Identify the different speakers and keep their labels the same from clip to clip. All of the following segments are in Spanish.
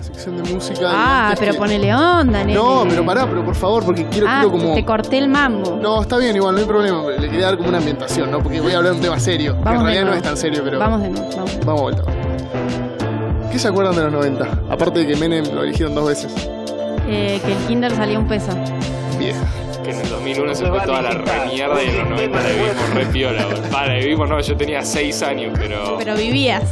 Speaker 1: sección de música.
Speaker 2: Ah,
Speaker 1: antes
Speaker 2: pero
Speaker 1: que-
Speaker 2: ponele onda, nene.
Speaker 1: Este, No, pero pará, pero por favor, porque quiero,
Speaker 2: Ah,
Speaker 1: quiero como.
Speaker 2: te corté el mambo.
Speaker 1: No, está bien, igual, no hay problema. pero Le quería dar como una ambientación, ¿no? Porque voy a hablar de un tema serio. que
Speaker 2: Vamos
Speaker 1: en
Speaker 2: de
Speaker 1: realidad no
Speaker 2: nuevo.
Speaker 1: es tan serio, pero.
Speaker 2: Vamos de nuevo, vamos.
Speaker 1: Vamos a vuelta. ¿Qué se acuerdan de los 90? Aparte de que Menem lo eligieron dos veces.
Speaker 2: Eh, que el kinder salía un peso.
Speaker 1: Vieja.
Speaker 3: Que en el 2001 se fue toda la remierda y en los 90 la vivimos re piola. boludo. Va, la vivimos, no, yo tenía 6 años, pero.
Speaker 2: Pero vivías.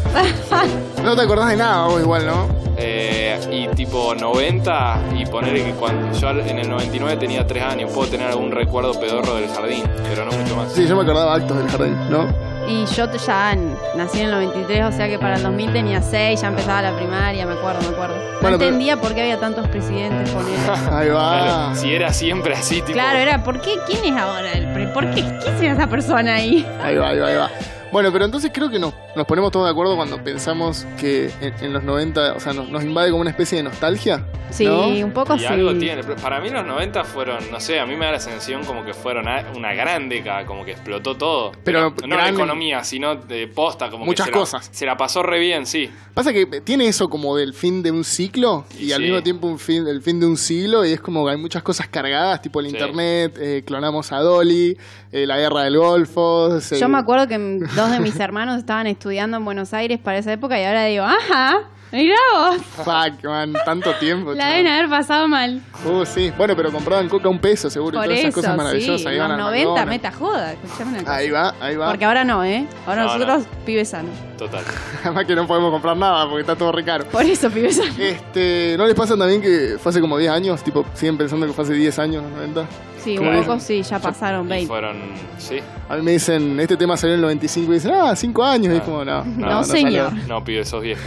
Speaker 1: No te acordás de nada vos igual, ¿no?
Speaker 3: eh, y tipo 90, y poner que cuando. Yo al- en el 99 tenía 3 años, puedo tener algún recuerdo pedorro del jardín, pero no mucho más.
Speaker 1: Sí, yo me acordaba actos del jardín, ¿no?
Speaker 2: y yo te- ya n- nací en el 93, o sea que para el 2000 tenía 6, ya empezaba la primaria, me acuerdo, me acuerdo.
Speaker 1: Bueno,
Speaker 2: No
Speaker 1: pero-
Speaker 2: entendía por qué había tantos presidentes con él.
Speaker 1: Ahí va.
Speaker 3: Claro, si era siempre así, tipo.
Speaker 2: Claro, era, ¿por qué? ¿Quién es ahora el pre? ¿Por qué? ¿Quién es esa persona ahí?
Speaker 1: Ahí va, ahí va, ahí va. Bueno, pero entonces creo que no, nos ponemos todos de acuerdo cuando pensamos que en, en los 90, o sea, nos, nos invade como una especie de nostalgia.
Speaker 2: Sí,
Speaker 1: ¿no?
Speaker 2: un poco
Speaker 3: Y
Speaker 2: sí.
Speaker 3: algo tiene. pero Para mí los 90 fueron, no sé, a mí me da la sensación como que fueron a- una gran década, como que explotó todo.
Speaker 1: Pero
Speaker 3: No
Speaker 1: gran-
Speaker 3: economía, sino de posta, como que
Speaker 1: Muchas
Speaker 3: se la-
Speaker 1: cosas.
Speaker 3: se la pasó re bien, sí.
Speaker 1: Pasa que tiene eso como del fin de un ciclo y
Speaker 3: Y
Speaker 1: al
Speaker 3: sí.
Speaker 1: mismo tiempo un fin, el fin de un siglo y es como que hay muchas cosas cargadas, tipo el
Speaker 3: Sí.
Speaker 1: internet, eh, clonamos a Dolly, eh, la guerra del Golfo. se-
Speaker 2: Yo me acuerdo que m- dos de mis hermanos estaban estudiando en Buenos Aires para esa época y ahora digo, ajá, mirá vos,
Speaker 1: Fuck, man, tanto tiempo.
Speaker 2: la
Speaker 1: chabón.
Speaker 2: deben haber pasado mal.
Speaker 1: Uh, sí. Bueno, pero compraban coca a un peso, seguro. y
Speaker 2: Por
Speaker 1: todas esas
Speaker 2: eso,
Speaker 1: cosas maravillosas.
Speaker 2: sí,
Speaker 1: ahí
Speaker 2: los
Speaker 1: van al
Speaker 2: 90
Speaker 1: McDonald's.
Speaker 2: meta joda, escuchame una cosa.
Speaker 1: Ahí va, ahí va.
Speaker 2: Porque ahora no, ¿eh? Ahora
Speaker 3: No,
Speaker 2: nosotros, pibes sanos.
Speaker 3: Total.
Speaker 1: Además que no podemos comprar nada porque está todo re caro.
Speaker 2: Por eso, pibes sanos.
Speaker 1: Este, ¿no les pasa también que fue hace como 10 años? Tipo, siguen pensando que fue hace 10 años, los 90.
Speaker 2: Sí,
Speaker 3: Claro.
Speaker 2: un poco sí, ya pasaron
Speaker 3: Y
Speaker 2: 20.
Speaker 3: fueron, sí.
Speaker 1: A mí me dicen, este tema salió en el 95 y dicen, ah, 5 años. Y es
Speaker 3: Ah.
Speaker 1: como, no.
Speaker 2: No,
Speaker 1: salió.
Speaker 2: señor.
Speaker 3: No, pibe, sos viejo.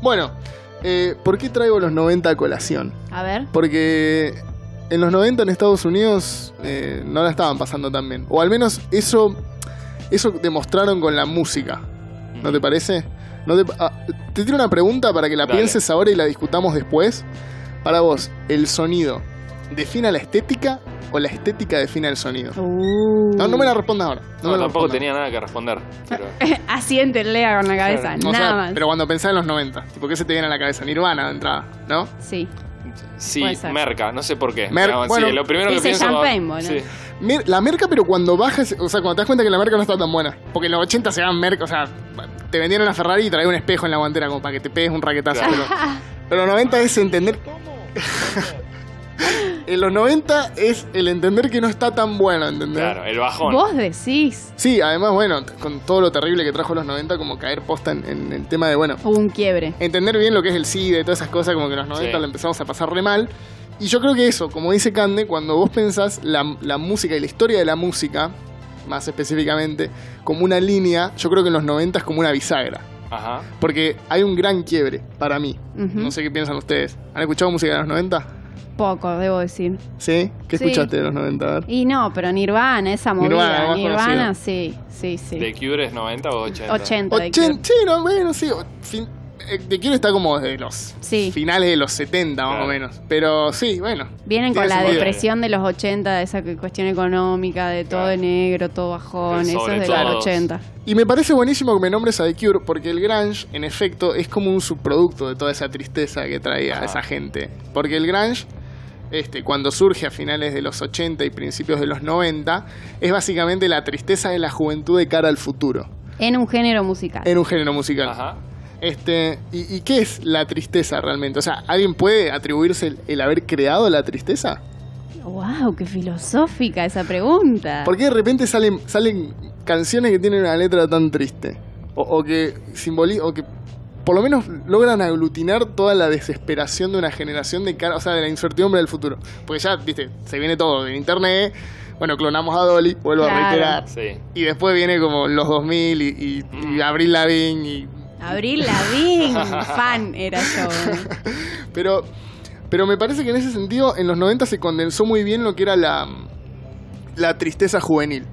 Speaker 1: Bueno, eh, ¿por qué traigo los 90 a colación?
Speaker 2: A ver.
Speaker 1: Porque en los 90 en Estados Unidos eh, no la estaban pasando tan bien. O al menos eso, eso demostraron con la música. ¿No te parece? No te, ah, te tiro una pregunta para que la
Speaker 3: Dale.
Speaker 1: pienses ahora y la discutamos después. Para vos, ¿el sonido defina la estética o la estética define el sonido? No, no me la respondas ahora.
Speaker 3: No,
Speaker 1: me la
Speaker 3: tampoco
Speaker 1: respondas.
Speaker 3: tenía nada que responder. pero-
Speaker 2: Asiente Lea con la cabeza,
Speaker 1: O sea,
Speaker 2: nada más.
Speaker 1: Pero cuando pensás en los 90, tipo, ¿qué se te viene a la cabeza? Nirvana de entrada, ¿no?
Speaker 2: Sí.
Speaker 3: Sí,
Speaker 2: Puede ser.
Speaker 3: merca, no sé por qué.
Speaker 1: Mer-
Speaker 3: Pero, sí,
Speaker 1: bueno,
Speaker 3: lo primero que
Speaker 2: dice
Speaker 3: pienso.
Speaker 2: champagne, boludo.
Speaker 3: sí.
Speaker 1: Mer- la merca, pero cuando bajas, o sea, cuando te das cuenta que la merca no está tan buena. Porque en los 80 se daban merca, o sea, te vendieron la Ferrari y traía un espejo en la guantera como para que te pegues un raquetazo.
Speaker 3: Claro.
Speaker 1: Pero, pero los 90 es entender. en los 90 es el entender que no está tan bueno, ¿entendés?
Speaker 3: Claro, el bajón.
Speaker 2: Vos decís.
Speaker 1: Sí, además, bueno, con todo lo terrible que trajo los 90, como caer posta en, en el tema de, bueno,
Speaker 2: Hubo un quiebre.
Speaker 1: entender bien lo que es el SIDA y todas esas cosas, como que en los 90
Speaker 3: Sí.
Speaker 1: la empezamos a pasar re mal. Y yo creo que eso, como dice Cande, cuando vos pensás la, la música y la historia de la música, más específicamente, como una línea, yo creo que en los 90 es como una bisagra.
Speaker 3: Ajá.
Speaker 1: Porque hay un gran quiebre para mí.
Speaker 2: Ujú.
Speaker 1: No sé qué piensan ustedes. ¿Han escuchado música de los 90?
Speaker 2: Poco, debo decir.
Speaker 1: ¿Sí? ¿Qué
Speaker 2: Sí.
Speaker 1: escuchaste de los 90? A ver.
Speaker 2: Y no, pero Nirvana, esa movida.
Speaker 1: Nirvana,
Speaker 2: Nirvana,
Speaker 1: más conocido.
Speaker 2: sí, sí, sí.
Speaker 3: ¿De Cure es 90 o 80?
Speaker 2: 80. de
Speaker 1: Ochen-
Speaker 2: Cure.
Speaker 1: sí, no, bueno, sí. o- fin- eh, de quiero está como de los
Speaker 2: Sí.
Speaker 1: finales de los 70 más
Speaker 3: Claro.
Speaker 1: o menos. Pero sí, bueno.
Speaker 2: Vienen con
Speaker 1: Tiene
Speaker 2: la
Speaker 1: sentido.
Speaker 2: depresión de los 80, de esa cu- cuestión económica, de todo
Speaker 3: Claro.
Speaker 2: de negro, todo bajón,
Speaker 3: Del
Speaker 2: eso
Speaker 3: sobre
Speaker 2: es de
Speaker 3: todos.
Speaker 2: los 80.
Speaker 1: Y me parece buenísimo que me nombres a The Cure porque el grunge, en efecto, es como un subproducto de toda esa tristeza que traía
Speaker 3: Ajá.
Speaker 1: esa gente. Porque el grunge, este, cuando surge a finales de los 80 y principios de los 90, es básicamente la tristeza de la juventud de cara al futuro
Speaker 2: En un género musical.
Speaker 1: en un género musical.
Speaker 3: Ajá.
Speaker 1: Este, ¿y, y qué es la tristeza realmente? O sea, ¿alguien puede atribuirse el, el haber creado la tristeza?
Speaker 2: ¡Wow! ¡Qué filosófica esa pregunta!
Speaker 1: ¿Por qué de repente salen, salen canciones que tienen una letra tan triste? O, o que simboli o que por lo menos logran aglutinar toda la desesperación de una generación de cara, o sea, de la incertidumbre del futuro. Porque ya, viste, se viene todo en internet, bueno, clonamos a Dolly, vuelvo
Speaker 2: Claro.
Speaker 1: a reiterar.
Speaker 3: Sí.
Speaker 1: Y después viene como los 2000 y, y, y Avril Lavigne y
Speaker 2: Abril Lavigne, fan era yo. ¿eh?
Speaker 1: Pero, pero me parece que en ese sentido, en los 90 se condensó muy bien lo que era la, la tristeza juvenil,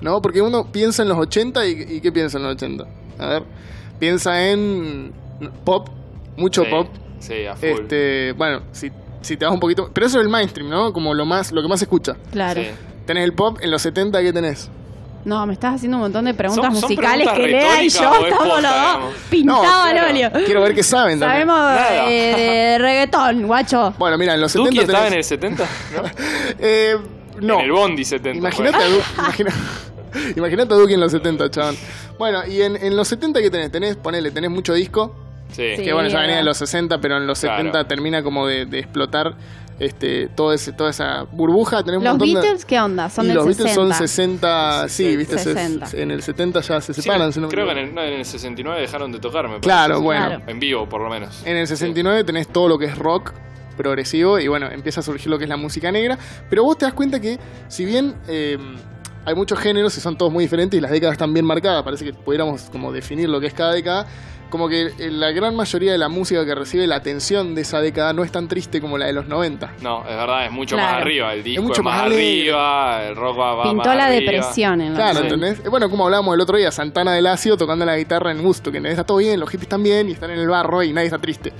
Speaker 1: ¿no? Porque uno piensa en los 80 y, y ¿qué piensa en los 80? A ver, piensa en pop, mucho
Speaker 3: sí,
Speaker 1: pop.
Speaker 3: Sí, a full.
Speaker 1: Este, bueno, si, si te vas un poquito... Pero eso es el mainstream, ¿no? Como lo más lo que más se escucha.
Speaker 2: Claro.
Speaker 3: Sí.
Speaker 1: Tenés el pop, en los 70, ¿qué tenés?
Speaker 2: No, me estás haciendo un montón de preguntas
Speaker 3: Son- son
Speaker 2: musicales
Speaker 3: preguntas
Speaker 2: que Lea y yo
Speaker 3: retóricas o es
Speaker 2: estamos los dos
Speaker 3: posta, digamos.
Speaker 1: No,
Speaker 2: pintados al
Speaker 1: claro.
Speaker 2: óleo.
Speaker 1: Quiero ver qué saben también.
Speaker 2: Sabemos
Speaker 3: Nada.
Speaker 2: eh, de reggaetón, guacho.
Speaker 1: Bueno, mira, en los 70
Speaker 3: ¿Duki estaba en el
Speaker 1: tenés-
Speaker 3: 70? ¿no?
Speaker 1: Eh, no.
Speaker 3: En el Bondi 70.
Speaker 1: Imagínate a, Du- imagina- Imagínate a Duki en los 70, chabón. Bueno, y en, en los 70 que tenés, tenés, ponele, tenés mucho disco,
Speaker 3: fue. Sí.
Speaker 2: Sí.
Speaker 1: que bueno, ya venía
Speaker 2: era.
Speaker 1: de los 60, pero en los
Speaker 3: Claro.
Speaker 1: 70 termina como de, de explotar este todo ese, toda esa burbuja. Tenés un
Speaker 2: ¿Los
Speaker 1: montón de-
Speaker 2: Beatles qué onda? Son
Speaker 1: y
Speaker 2: del
Speaker 1: los
Speaker 2: 60.
Speaker 1: Beatles son 60, sí, viste, se-
Speaker 2: 60.
Speaker 1: en el 70 ya se
Speaker 3: Sí,
Speaker 1: separan. si no me
Speaker 3: creo que en
Speaker 1: equivoco.
Speaker 3: el, no, en el 69 dejaron de tocar, me parece.
Speaker 1: Claro, bueno.
Speaker 2: Claro.
Speaker 3: En vivo, por lo menos.
Speaker 1: En el 69 tenés todo lo que es rock progresivo y bueno, empieza a surgir lo que es la música negra, pero vos te das cuenta que si bien eh, hay muchos géneros y son todos muy diferentes y las décadas están bien marcadas, parece que pudiéramos como definir lo que es cada década, como que eh, la gran mayoría de la música que recibe la atención de esa década no es tan triste como la de los 90.
Speaker 3: No, es verdad, es mucho
Speaker 2: Claro.
Speaker 3: más arriba. El disco es,
Speaker 1: mucho
Speaker 3: más,
Speaker 1: más alegre.
Speaker 3: arriba, el rock va, va más
Speaker 2: Pintó la
Speaker 3: arriba.
Speaker 2: depresión en los
Speaker 1: Claro,
Speaker 3: Sí.
Speaker 1: ¿entendés? Eh, Bueno, como hablábamos el otro día, Santana del Ácido tocando la guitarra en gusto, que está todo bien, los hippies están bien y están en el barro y nadie está triste.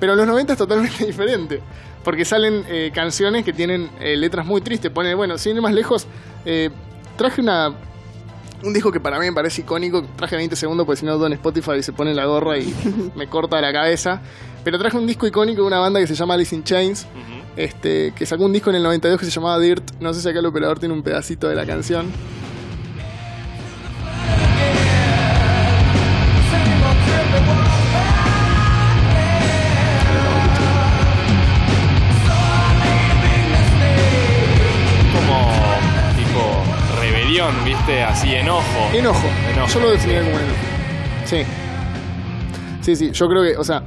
Speaker 1: Pero los 90 es totalmente diferente, porque salen eh, canciones que tienen eh, letras muy tristes. Pone, bueno, sin ir más lejos, eh, traje una un disco que para mí me parece icónico, traje 20 segundos porque si no en Spotify se pone la gorra y me corta la cabeza. Pero traje un disco icónico de una banda que se llama Alice in Chains,
Speaker 3: Ujú.
Speaker 1: este, que sacó un disco en el 92 que se llamaba Dirt. No sé si acá el operador tiene un pedacito de la canción.
Speaker 3: Como tipo rebelión, ¿viste? Así enojo.
Speaker 1: Enojo.
Speaker 3: Enojo,
Speaker 1: Yo lo definiría como enojo. Sí. Sí, sí, yo creo que, o sea,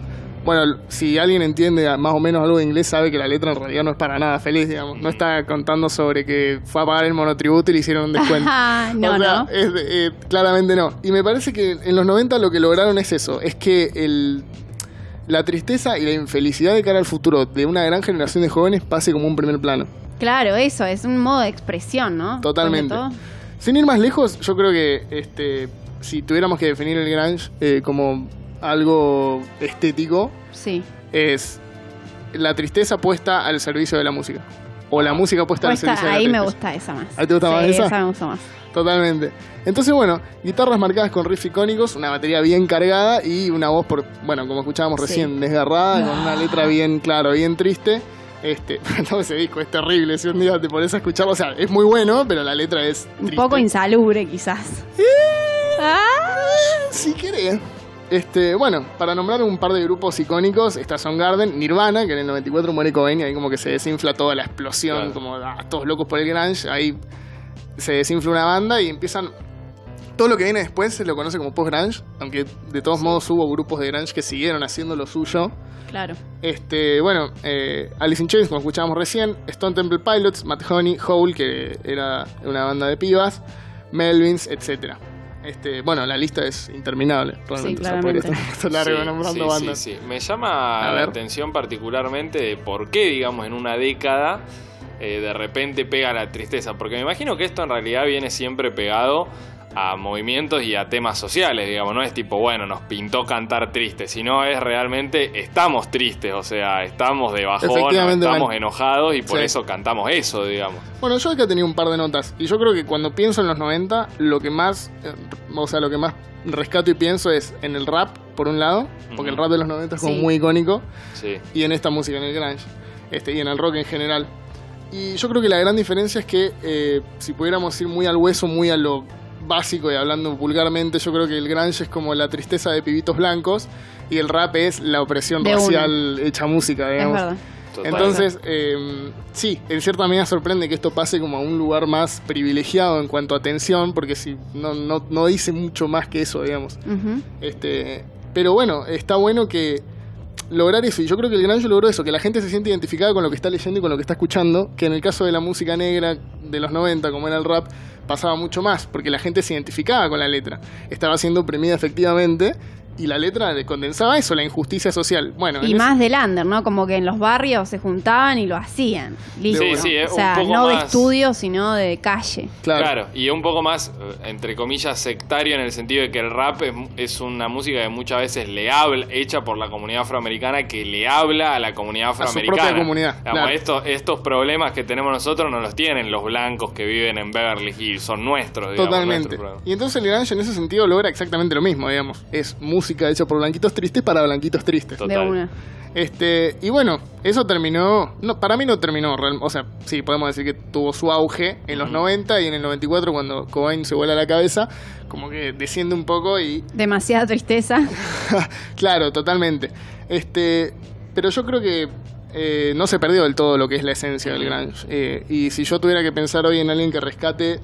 Speaker 1: bueno, si alguien entiende a- más o menos algo de inglés, sabe que la letra en realidad no es para nada feliz, digamos. No está contando sobre que fue a pagar el monotributo y le hicieron un descuento.
Speaker 2: no,
Speaker 1: O sea,
Speaker 2: no.
Speaker 1: es de- eh, claramente no. Y me parece que en los 90 lo que lograron es eso, es que el, la tristeza y la infelicidad de cara al futuro de una gran generación de jóvenes pase como un primer plano.
Speaker 2: Claro, eso, es un modo de expresión, ¿no?
Speaker 1: Totalmente.
Speaker 2: Sobre todo.
Speaker 1: Sin ir más lejos, yo creo que este, si tuviéramos que definir el grunge eh, como algo estético,
Speaker 2: Sí.
Speaker 1: es la tristeza puesta al servicio de la música. O la música puesta al
Speaker 2: Cuesta-
Speaker 1: servicio
Speaker 2: Pues ahí
Speaker 1: de
Speaker 2: me
Speaker 1: la tristeza.
Speaker 2: gusta esa más.
Speaker 1: ¿Ah, te gusta más
Speaker 2: Sí,
Speaker 1: esa?
Speaker 2: me gusta más.
Speaker 1: Totalmente. Entonces, bueno, guitarras marcadas con riffs icónicos, una batería bien cargada y una voz, por, bueno, como escuchábamos
Speaker 2: Sí. Ah.
Speaker 1: recién, desgarrada, con una letra bien, claro, bien triste. Este, no, ese disco es terrible, si un día te pones a escucharlo, o sea, es muy bueno, pero la letra es
Speaker 2: Un
Speaker 1: triste.
Speaker 2: poco insalubre, quizás. Ah,
Speaker 1: Si querés. Este, bueno, para nombrar un par de grupos icónicos, está Son Garden, Nirvana, que en el 94 muere Cobain y ahí como que se desinfla toda la explosión,
Speaker 3: Claro.
Speaker 1: como ah, todos locos por el grunge, ahí se desinfla una banda y empiezan... Todo lo que viene después se lo conoce como post-grunge, aunque de todos modos hubo grupos de grunge que siguieron haciendo lo suyo.
Speaker 2: claro.
Speaker 1: Este, bueno, eh, Alice in Chains, como escuchábamos recién, Stone Temple Pilots, Matt Honey, Hole, que era una banda de pibas, Melvins, etc. Este, bueno, la lista es interminable, realmente. o sea, podría
Speaker 2: claramente.
Speaker 1: estar un rato largo
Speaker 3: Sí,
Speaker 1: nombrando
Speaker 3: sí,
Speaker 1: bandas.
Speaker 3: sí, sí. Me llama
Speaker 1: A
Speaker 3: la
Speaker 1: ver.
Speaker 3: atención particularmente de por qué, digamos, en una década eh, de repente pega la tristeza. Porque me imagino que esto en realidad viene siempre pegado a movimientos y a temas sociales, digamos. No es tipo, bueno, nos pintó cantar triste, sino es realmente estamos tristes, o sea, estamos de bajón, o
Speaker 1: Efectivamente,
Speaker 3: estamos
Speaker 1: Valen.
Speaker 3: enojados y por
Speaker 1: Sí.
Speaker 3: eso cantamos eso, digamos.
Speaker 1: Bueno, yo acá tenía un par de notas. Y yo creo que cuando pienso en los 90, lo que más, eh, o sea, lo que más rescato y pienso es en el rap, por un lado, porque el
Speaker 3: Ujú.
Speaker 1: rap de los 90 es como
Speaker 2: Sí.
Speaker 1: muy icónico.
Speaker 3: Sí.
Speaker 1: y en esta música, en el grunge, este, y en el rock en general. Y yo creo que la gran diferencia es que eh, si pudiéramos ir muy al hueso, muy a lo básico y hablando vulgarmente, yo creo que el grunge es como la tristeza de pibitos blancos y el rap es la opresión
Speaker 2: De una.
Speaker 1: racial hecha música,
Speaker 2: Es
Speaker 1: digamos.
Speaker 2: verdad.
Speaker 3: total.
Speaker 1: Entonces, eh, sí, en cierta medida sorprende que esto pase como a un lugar más privilegiado en cuanto a atención, porque si no, no, no dice mucho más que eso, digamos.
Speaker 2: Ujú.
Speaker 1: Este, pero bueno, está bueno que lograr eso. Y yo creo que el Grunge logró eso, que la gente se siente identificada con lo que está leyendo y con lo que está escuchando, que en el caso de la música negra de los 90, como era el rap, pasaba mucho más, porque la gente se identificaba con la letra. Estaba siendo oprimida efectivamente y la letra le condensaba eso, la injusticia social. Bueno,
Speaker 2: Y
Speaker 1: en
Speaker 2: más del under, ¿no? Como que en los barrios se juntaban y lo hacían. Listo.
Speaker 1: Sí, sí,
Speaker 3: es
Speaker 2: o sea,
Speaker 3: un poco
Speaker 2: no
Speaker 3: más-
Speaker 2: de estudio, sino de calle.
Speaker 1: ese-
Speaker 3: Claro.
Speaker 1: claro,
Speaker 3: y un poco más, eh, entre comillas, sectario en el sentido de que el rap es, es una música que muchas veces le habla, hecha por la comunidad afroamericana, que le habla a la comunidad
Speaker 1: su
Speaker 3: afroamericana.
Speaker 1: propia comunidad,
Speaker 3: Digamos,
Speaker 1: claro.
Speaker 3: estos, estos problemas que tenemos nosotros no los tienen los blancos que viven en Beverly Hills, son nuestros, digamos.
Speaker 1: totalmente.
Speaker 3: nuestros problemas.
Speaker 1: Y entonces Lagrange en ese sentido logra exactamente lo mismo, digamos. Es música hecha por blanquitos tristes para blanquitos tristes.
Speaker 3: Total.
Speaker 2: De una.
Speaker 1: Este, y bueno, eso terminó, no, para mí no terminó, real- o sea, sí, podemos decir que tuvo su auge en los
Speaker 3: Ujú.
Speaker 1: 90 y en el 94 cuando Cobain se vuela la cabeza, como que desciende un poco y
Speaker 2: Demasiada tristeza.
Speaker 1: claro, totalmente. Este, pero yo creo que eh, no se perdió del todo lo que es la esencia del grunge. Eh, y si yo tuviera que pensar hoy en alguien que rescate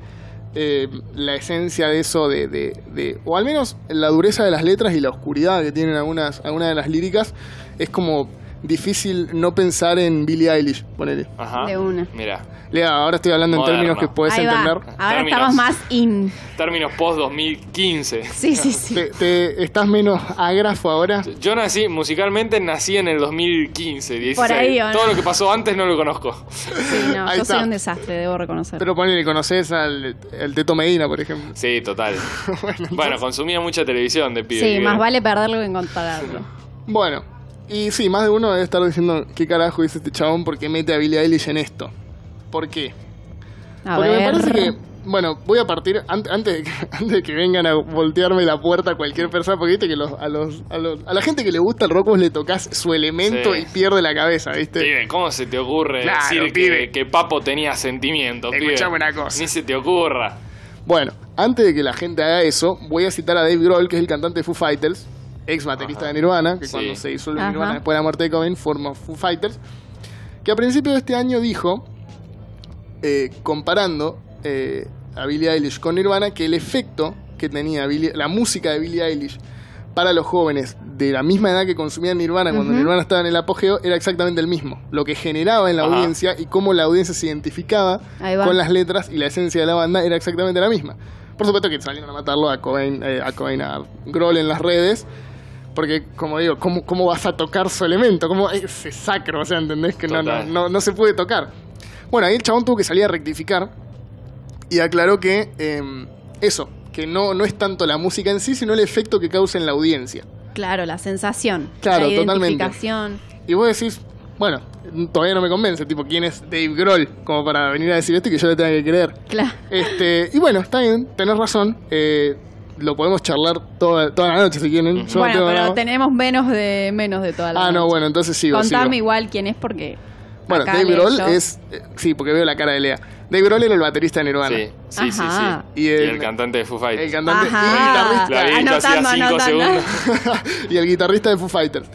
Speaker 1: eh, la esencia de eso, de, de- de- o al menos la dureza de las letras y la oscuridad que tienen algunas, algunas de las líricas, es como difícil no pensar en Billie Eilish, ponele.
Speaker 3: Ajá.
Speaker 2: De una.
Speaker 3: Mira,
Speaker 1: Lea, ahora estoy hablando en
Speaker 3: Moderno.
Speaker 1: términos que puedes
Speaker 2: Ahí
Speaker 1: entender.
Speaker 2: va. Ahora
Speaker 3: Términos.
Speaker 2: estamos más in.
Speaker 3: términos post-2015.
Speaker 2: Sí, sí, sí.
Speaker 1: Te, te- estás menos agrafo ahora.
Speaker 3: Yo nací, musicalmente nací en el 2015, 16.
Speaker 2: Por ahí, ¿o no?
Speaker 3: Todo lo que pasó antes no lo conozco.
Speaker 2: Sí, no,
Speaker 1: Ahí
Speaker 2: yo
Speaker 1: está.
Speaker 2: soy un desastre, debo reconocer.
Speaker 1: Pero ponele, conoces al, al Teto Medina, por ejemplo.
Speaker 3: Sí, total. bueno, consumía mucha televisión de pibe.
Speaker 2: sí,
Speaker 3: que-
Speaker 2: más vale perderlo que encontrarlo.
Speaker 1: Bueno, y sí, más de uno debe estar diciendo qué carajo dice este chabón porque mete a Billie Eilish en esto. ¿Por qué?
Speaker 2: A
Speaker 1: porque me
Speaker 2: ver.
Speaker 1: parece que, bueno, voy a partir an- antes, de que, antes de que vengan a voltearme la puerta a cualquier persona, porque viste que los, a, los, a, los- a la gente que le gusta el rock vos le tocas su elemento
Speaker 3: Sí.
Speaker 1: y pierde la cabeza, ¿viste?
Speaker 3: Pibe, ¿cómo se te ocurre
Speaker 1: Claro,
Speaker 3: decir que,
Speaker 1: pibe.
Speaker 3: que Papo tenía sentimientos, pibe?
Speaker 1: Escuchame una cosa.
Speaker 3: Ni se te ocurra.
Speaker 1: Bueno, antes de que la gente haga eso, voy a citar a Dave Grohl, que es el cantante de Foo Fighters, ex baterista
Speaker 3: Ajá.
Speaker 1: de Nirvana, que
Speaker 3: Sí.
Speaker 1: cuando se disuelve
Speaker 2: Ajá.
Speaker 1: Nirvana después de la muerte de Cobain, formó Foo Fighters, que a principios de este año dijo, eh, comparando eh, a Billie Eilish con Nirvana, que el efecto que tenía Billie- la música de Billie Eilish para los jóvenes de la misma edad que consumían Nirvana cuando
Speaker 2: Ujú.
Speaker 1: Nirvana estaba en el apogeo era exactamente el mismo. Lo que generaba en la
Speaker 3: Ajá.
Speaker 1: audiencia y cómo la audiencia se identificaba
Speaker 2: Ahí va.
Speaker 1: con las letras y la esencia de la banda era exactamente la misma. Por supuesto que salieron a matarlo a Cobain, eh, a, Cobain, a Grohl en las redes. Porque, como digo, ¿cómo, cómo vas a tocar su elemento? ¿Cómo es sacro? O sea, ¿entendés? Que no, no,
Speaker 3: Total.
Speaker 1: no, no se puede tocar. Bueno, ahí el chabón tuvo que salir a rectificar y aclaró que eh, eso, que no, no es tanto la música en sí, sino el efecto que causa en la audiencia.
Speaker 2: Claro, la sensación.
Speaker 1: Claro,
Speaker 2: la
Speaker 1: totalmente.
Speaker 2: identificación.
Speaker 1: Y vos decís, bueno, todavía no me convence, tipo, ¿quién es Dave Grohl? Como para venir a decir esto y que yo le tenga que creer.
Speaker 2: Claro.
Speaker 1: Este, y bueno, está bien, tenés razón. eh, lo podemos charlar toda, toda la noche si quieren. Yo no
Speaker 2: bueno,
Speaker 1: tengo
Speaker 2: pero
Speaker 1: nada más.
Speaker 2: tenemos menos de menos de toda la
Speaker 1: Ah, no,
Speaker 2: noche.
Speaker 1: bueno, entonces sigo.
Speaker 2: Contame
Speaker 1: sigo.
Speaker 2: igual quién es porque.
Speaker 1: Bueno,
Speaker 2: acá
Speaker 1: Dave
Speaker 2: leo
Speaker 1: Grohl
Speaker 2: yo.
Speaker 1: es. eh, sí, porque veo la cara de Lea. Dave Grohl era el baterista de Nirvana.
Speaker 3: Sí, sí, sí,
Speaker 2: Ajá.
Speaker 3: sí.
Speaker 1: Y
Speaker 3: Y el,
Speaker 1: el-
Speaker 3: cantante de Foo Fighters.
Speaker 1: El cantante
Speaker 2: Ajá.
Speaker 1: y el
Speaker 3: Lo había
Speaker 1: guitarrista.
Speaker 3: dicho hacía
Speaker 2: Anotando,
Speaker 3: cinco
Speaker 2: anotando.
Speaker 3: segundos.
Speaker 1: y el guitarrista de Foo Fighters.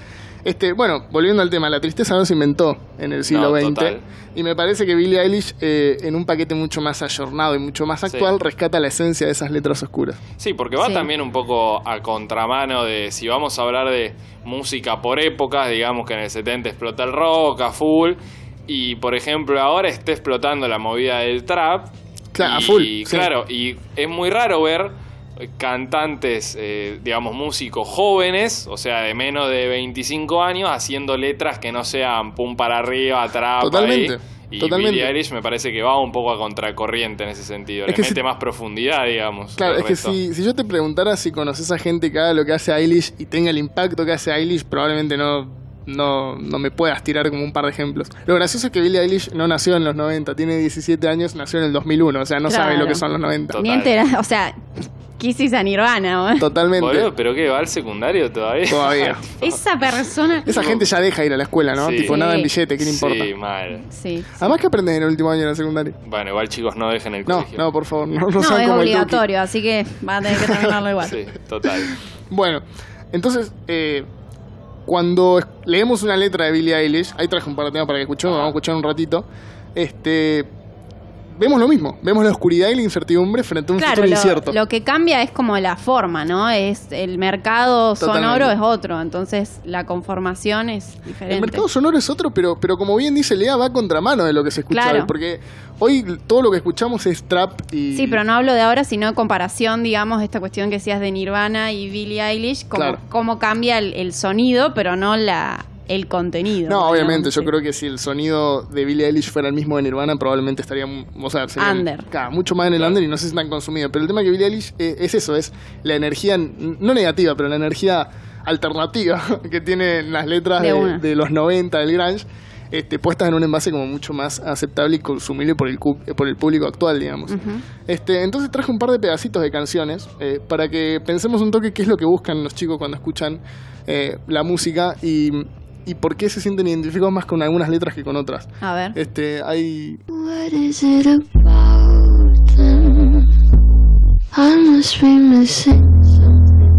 Speaker 1: Este, bueno, volviendo al tema, la tristeza no se inventó en el siglo
Speaker 3: No,
Speaker 1: XX.
Speaker 3: total.
Speaker 1: Y me parece que Billie Eilish, eh, en un paquete mucho más ayornado y mucho más actual,
Speaker 3: Sí.
Speaker 1: rescata la esencia de esas letras oscuras.
Speaker 3: Sí, porque va
Speaker 2: Sí.
Speaker 3: también un poco a contramano de si vamos a hablar de música por épocas, digamos que en el 70 explota el rock a full y por ejemplo ahora está explotando la movida del trap.
Speaker 1: Claro, a
Speaker 3: y,
Speaker 1: full, sí.
Speaker 3: Claro, y es muy raro ver cantantes, eh, digamos músicos jóvenes, o sea, de menos de 25 años haciendo letras que no sean pum para arriba, trap, ahí.
Speaker 1: Totalmente,
Speaker 3: Y
Speaker 1: totalmente.
Speaker 3: Billie Eilish me parece que va un poco a contracorriente en ese sentido.
Speaker 1: Es
Speaker 3: Le
Speaker 1: que si-
Speaker 3: mete más profundidad, digamos.
Speaker 1: Claro,
Speaker 3: del
Speaker 1: es que
Speaker 3: resto.
Speaker 1: si, si yo te preguntara si conoces a gente que haga lo que hace Eilish y tenga el impacto que hace Eilish, probablemente no, no, no me puedas tirar como un par de ejemplos. Lo gracioso es que Billie Eilish no nació en los 90, tiene 17 años, nació en el 2001, o sea, no sabe
Speaker 2: Claro.
Speaker 1: lo que son los 90.
Speaker 3: Total.
Speaker 2: Ni entera- O sea, Kisses a Nirvana, ¿eh?
Speaker 1: Totalmente.
Speaker 3: Boludo, pero que va al secundario todavía.
Speaker 1: Todavía.
Speaker 2: Esa persona.
Speaker 1: Esa gente ya deja ir a la escuela, ¿no?
Speaker 3: Sí.
Speaker 1: Tipo,
Speaker 2: Sí.
Speaker 1: nada en billete, ¿qué le importa?
Speaker 3: Sí, mal.
Speaker 2: Sí.
Speaker 1: Además, que aprendes en el último año de la secundaria?
Speaker 3: Bueno, igual chicos, no dejen el
Speaker 1: No,
Speaker 3: colegio.
Speaker 1: no, por favor, no, no,
Speaker 2: No,
Speaker 1: sean
Speaker 2: es
Speaker 1: como el Tuki.
Speaker 2: obligatorio, así que va a tener que terminarlo igual.
Speaker 3: Sí, total.
Speaker 1: Bueno, entonces, eh, cuando es- leemos una letra de Billie Eilish, ahí traje un par de temas para que escuchemos,
Speaker 3: Ajá.
Speaker 1: vamos a escuchar un ratito. Este, vemos lo mismo. Vemos la oscuridad y la incertidumbre frente a un
Speaker 2: Claro,
Speaker 1: futuro
Speaker 2: lo,
Speaker 1: incierto.
Speaker 2: lo que cambia es como la forma, ¿no? Es el mercado sonoro
Speaker 1: Totalmente.
Speaker 2: es otro, entonces la conformación es diferente.
Speaker 1: El mercado sonoro es otro, pero, pero como bien dice Lea, va a contramano de lo que se escucha
Speaker 2: Claro.
Speaker 1: hoy. Porque hoy todo lo que escuchamos es trap y.
Speaker 2: Sí, pero no hablo de ahora, sino de comparación, digamos, esta cuestión que decías de Nirvana y Billie Eilish, cómo,
Speaker 1: Claro.
Speaker 2: cómo cambia el, el sonido, pero no la el contenido.
Speaker 1: No,
Speaker 2: digamos,
Speaker 1: obviamente, yo
Speaker 2: sí.
Speaker 1: creo que si el sonido de Billie Eilish fuera el mismo de Nirvana, probablemente estaría, mu- o sea, sería
Speaker 2: Under.
Speaker 1: claro, mucho más en el under y no sé si tan consumido. Pero el tema que Billie Eilish eh, es eso, es la energía, n- no negativa, pero la energía alternativa que tienen las letras
Speaker 2: De
Speaker 1: de,
Speaker 2: una.
Speaker 1: de los 90 del grunge, este, puestas en un envase como mucho más aceptable y consumible por el, cu- eh, por el público actual, digamos.
Speaker 2: Ujú.
Speaker 1: Este, entonces traje un par de pedacitos de canciones eh, para que pensemos un toque qué es lo que buscan los chicos cuando escuchan eh, la música y, y por qué se sienten identificados más con algunas letras que con otras.
Speaker 2: A ver.
Speaker 1: Este, hay
Speaker 4: What is it about them? I must be missing something.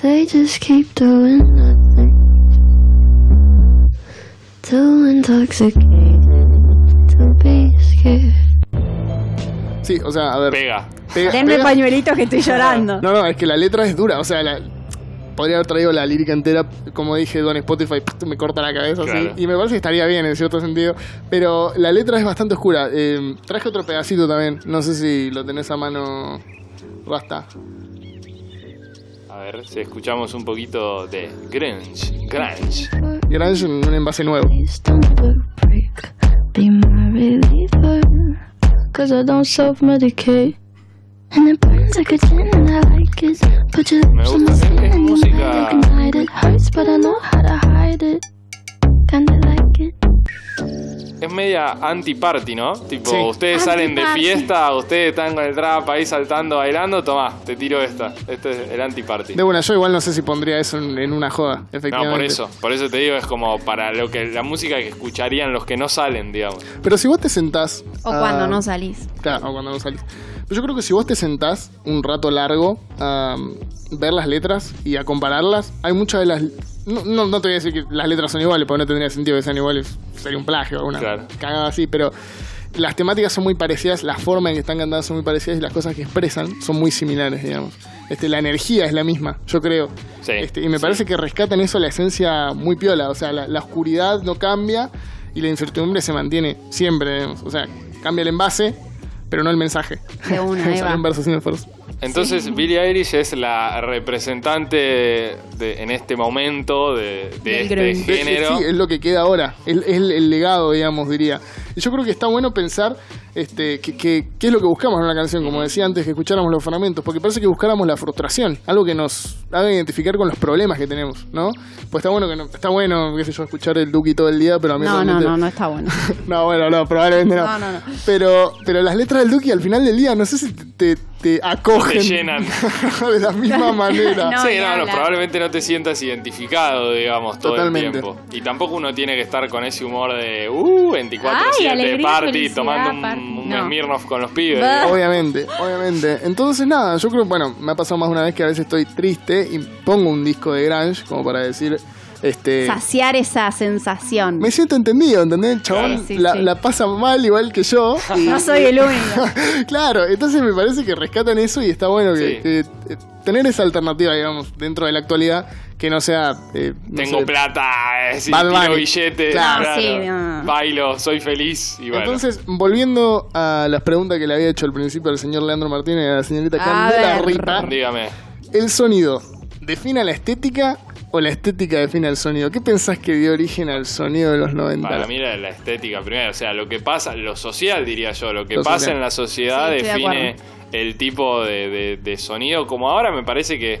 Speaker 4: They just keep doing nothing. Too intoxicated to be scared.
Speaker 1: sí, o sea, a ver.
Speaker 3: Pega.
Speaker 1: pega-
Speaker 2: Denme
Speaker 1: pega-
Speaker 2: pañuelitos que estoy llorando.
Speaker 1: Eh, No, no, es que la letra es dura, o sea, la- podría haber traído la lírica entera, como dije, Don Spotify, ¡pum! me corta la cabeza
Speaker 3: Claro.
Speaker 1: así, y me parece que estaría bien en cierto sentido, pero la letra es bastante oscura. Eh, traje otro pedacito también, no sé si lo tenés a mano, Rasta.
Speaker 3: A ver si escuchamos un poquito de Grunge. Grunge.
Speaker 1: Grunge en un envase nuevo.
Speaker 4: Please don't look break. Be my reliever. Cause I don't self medicate. And it burns like a gin and I like it. Put your
Speaker 3: Me
Speaker 4: lips on my
Speaker 3: gusta,
Speaker 4: skin
Speaker 3: es- es
Speaker 4: and you
Speaker 3: música.
Speaker 4: might ignite it. Hurts, but I know how to hide it. Kinda like it.
Speaker 3: Es media anti-party, ¿no? Tipo,
Speaker 1: Sí.
Speaker 3: ustedes salen de
Speaker 4: Anti-party.
Speaker 3: fiesta, ustedes están con el trap ahí saltando, bailando, tomá, te tiro esta. Este es el anti-party.
Speaker 1: De buena, yo igual no sé si pondría eso en, en una joda, efectivamente.
Speaker 3: No, por eso, por eso te digo, es como para lo que la música que escucharían los que no salen, digamos.
Speaker 1: Pero si vos te sentás.
Speaker 2: O
Speaker 1: a-
Speaker 2: cuando no salís.
Speaker 1: Claro, o cuando no salís. Pero yo creo que si vos te sentás un rato largo a ver las letras y a compararlas, hay muchas de las. No, no, no te voy a decir que las letras son iguales, porque no tendría sentido que sean iguales, sería un plagio o una
Speaker 3: Claro.
Speaker 1: cagada así, pero las temáticas son muy parecidas, la forma en que están cantadas son muy parecidas y las cosas que expresan son muy similares, digamos. Este, la energía es la misma, yo creo.
Speaker 3: Sí,
Speaker 1: Este, y me
Speaker 3: sí.
Speaker 1: parece que rescatan eso la esencia muy piola, o sea, la, la oscuridad no cambia y la incertidumbre se mantiene siempre, digamos. o sea, cambia el envase, pero no el mensaje.
Speaker 2: De una, ahí
Speaker 1: Salió
Speaker 2: va.
Speaker 1: un verso sin esfuerzo.
Speaker 3: Entonces, Billie Eilish es la representante de- en este momento de, de
Speaker 2: Del
Speaker 3: este
Speaker 2: grunge.
Speaker 3: género.
Speaker 1: Sí, es lo que queda ahora. Es, es el, el legado, digamos, diría. Y yo creo que está bueno pensar este, que- que- qué es lo que buscamos en una canción, como decía antes, que escucháramos los fragmentos, porque parece que buscáramos la frustración, algo que nos haga identificar con los problemas que tenemos, ¿no? Pues está bueno que no, está bueno, qué sé yo, escuchar el Duki todo el día, pero a mí
Speaker 2: No, no,
Speaker 1: realmente-
Speaker 2: no, no está bueno.
Speaker 1: No, bueno, no, probablemente no.
Speaker 2: No, no, no.
Speaker 1: Pero, pero las letras del Duki al final del día, no sé si te, te- te acogen.
Speaker 3: Te llenan.
Speaker 1: de la misma manera.
Speaker 2: No,
Speaker 3: Sí,
Speaker 2: ni
Speaker 3: no, no,
Speaker 2: hablar.
Speaker 3: probablemente no te sientas identificado, digamos, todo
Speaker 1: Totalmente.
Speaker 3: el tiempo. Y tampoco uno tiene que estar con ese humor de, uh, 24
Speaker 2: Ay,
Speaker 3: 7
Speaker 2: alegría,
Speaker 3: party,
Speaker 2: felicidad,
Speaker 3: tomando un,
Speaker 2: party.
Speaker 3: un
Speaker 2: No.
Speaker 3: Smirnoff con los pibes.
Speaker 2: Bah.
Speaker 3: digamos.
Speaker 1: Obviamente, obviamente. Entonces, nada, yo creo, bueno, me ha pasado más de una vez que a veces estoy triste y pongo un disco de Grange como para decir, este.
Speaker 2: Saciar esa sensación.
Speaker 1: Me siento entendido, ¿entendés? El chabón
Speaker 3: Claro.
Speaker 2: Sí,
Speaker 1: la,
Speaker 2: sí.
Speaker 1: la pasa mal igual que yo. y-
Speaker 2: No soy el único.
Speaker 1: claro, entonces me parece que rescatan eso y está bueno que,
Speaker 3: Sí.
Speaker 1: que, eh, tener esa alternativa, digamos, dentro de la actualidad, que no sea. eh, no
Speaker 3: Tengo
Speaker 1: sé.
Speaker 3: plata, es decir,
Speaker 1: Bad
Speaker 3: tiro
Speaker 1: Bunny.
Speaker 3: billete,
Speaker 1: Claro.
Speaker 2: No, sí, no.
Speaker 3: bailo, soy feliz y bueno.
Speaker 1: Entonces, volviendo a las preguntas que le había hecho al principio al señor Leandro Martínez y a la señorita
Speaker 2: A
Speaker 1: Candela
Speaker 2: ver.
Speaker 1: Ripa,
Speaker 3: dígame.
Speaker 1: ¿El sonido define a la estética o la estética define al sonido? ¿Qué pensás que dio origen al sonido de los 90?
Speaker 3: Para mí era la estética primero, o sea, lo que pasa, lo social diría yo, lo que
Speaker 1: Lo
Speaker 3: pasa
Speaker 1: social.
Speaker 3: en la sociedad
Speaker 2: Sí, estoy de
Speaker 3: define el tipo de, de- de sonido. Como ahora me parece que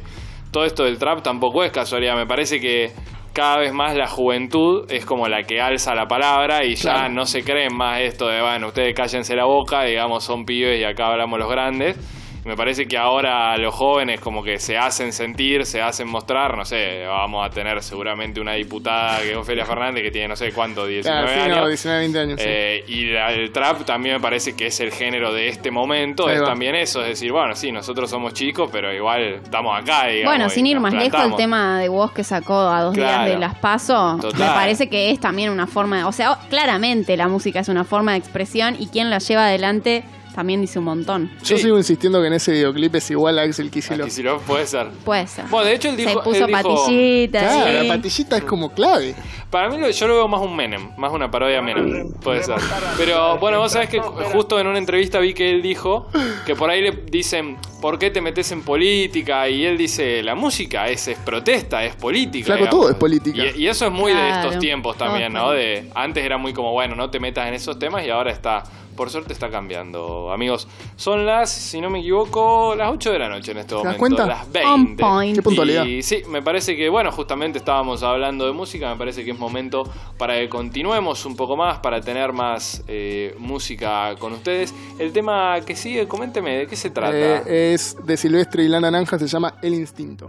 Speaker 3: todo esto del trap tampoco es casualidad, me parece que cada vez más la juventud es como la que alza la palabra y ya
Speaker 1: Claro.
Speaker 3: no se creen más esto de, bueno, ustedes cállense la boca, digamos, son pibes y acá hablamos los grandes. Me parece que ahora los jóvenes como que se hacen sentir, se hacen mostrar, no sé, vamos a tener seguramente una diputada que es Ofelia Fernández que tiene no sé cuánto, 19
Speaker 1: Claro, Ah, sí,
Speaker 3: años.
Speaker 1: no, 19, 20 años. sí.
Speaker 3: Eh, y la- el trap también me parece que es el género de este momento,
Speaker 1: Ahí
Speaker 3: es
Speaker 1: va.
Speaker 3: también eso, es decir, bueno, sí, nosotros somos chicos, pero igual estamos acá, digamos.
Speaker 2: bueno,
Speaker 3: y
Speaker 2: sin ir
Speaker 3: nos
Speaker 2: más lejos, el
Speaker 3: plantamos.
Speaker 2: tema de vos que sacó a dos
Speaker 3: Claro.
Speaker 2: días de las PASO, me
Speaker 3: Total.
Speaker 2: parece que es también una forma, de- o sea, o- claramente la música es una forma de expresión y quien la lleva adelante también dice un montón.
Speaker 1: Yo
Speaker 3: Sí.
Speaker 1: sigo insistiendo que en ese videoclip es igual a Axel
Speaker 3: Ah,
Speaker 1: Kicillof.
Speaker 3: Kicillof puede ser.
Speaker 2: Puede ser.
Speaker 3: Bueno, de hecho él dijo,
Speaker 2: Se puso
Speaker 3: él dijo-
Speaker 2: patillita.
Speaker 1: Claro,
Speaker 2: sí.
Speaker 1: la patillita es como clave.
Speaker 3: Para mí lo- yo lo veo más un Menem, más una parodia Menem, puede ser. Pero bueno, vos sabés que justo en una entrevista vi que él dijo que por ahí le dicen, ¿por qué te metes en política? Y él dice, la música es, es protesta, es política.
Speaker 1: Flaco, todo es política.
Speaker 3: Y, y eso es muy de
Speaker 2: Claro.
Speaker 3: estos tiempos también,
Speaker 2: Todo
Speaker 3: ¿no? De, antes era muy como, bueno, no te metas en esos temas y ahora está, por suerte está cambiando, amigos. Son las, si no me equivoco, las 8 de la noche en este
Speaker 1: das
Speaker 3: momento.
Speaker 1: cuenta?
Speaker 3: Las
Speaker 2: On
Speaker 3: 20.
Speaker 2: point.
Speaker 1: Qué puntualidad.
Speaker 3: Y sí, me parece que, bueno, justamente estábamos hablando de música, me parece que es momento para que continuemos un poco más, para tener más eh, música con ustedes. El tema que sigue, coménteme, ¿de qué se trata?
Speaker 1: Eh, es de Silvestre y Lana Nanja, se llama El Instinto.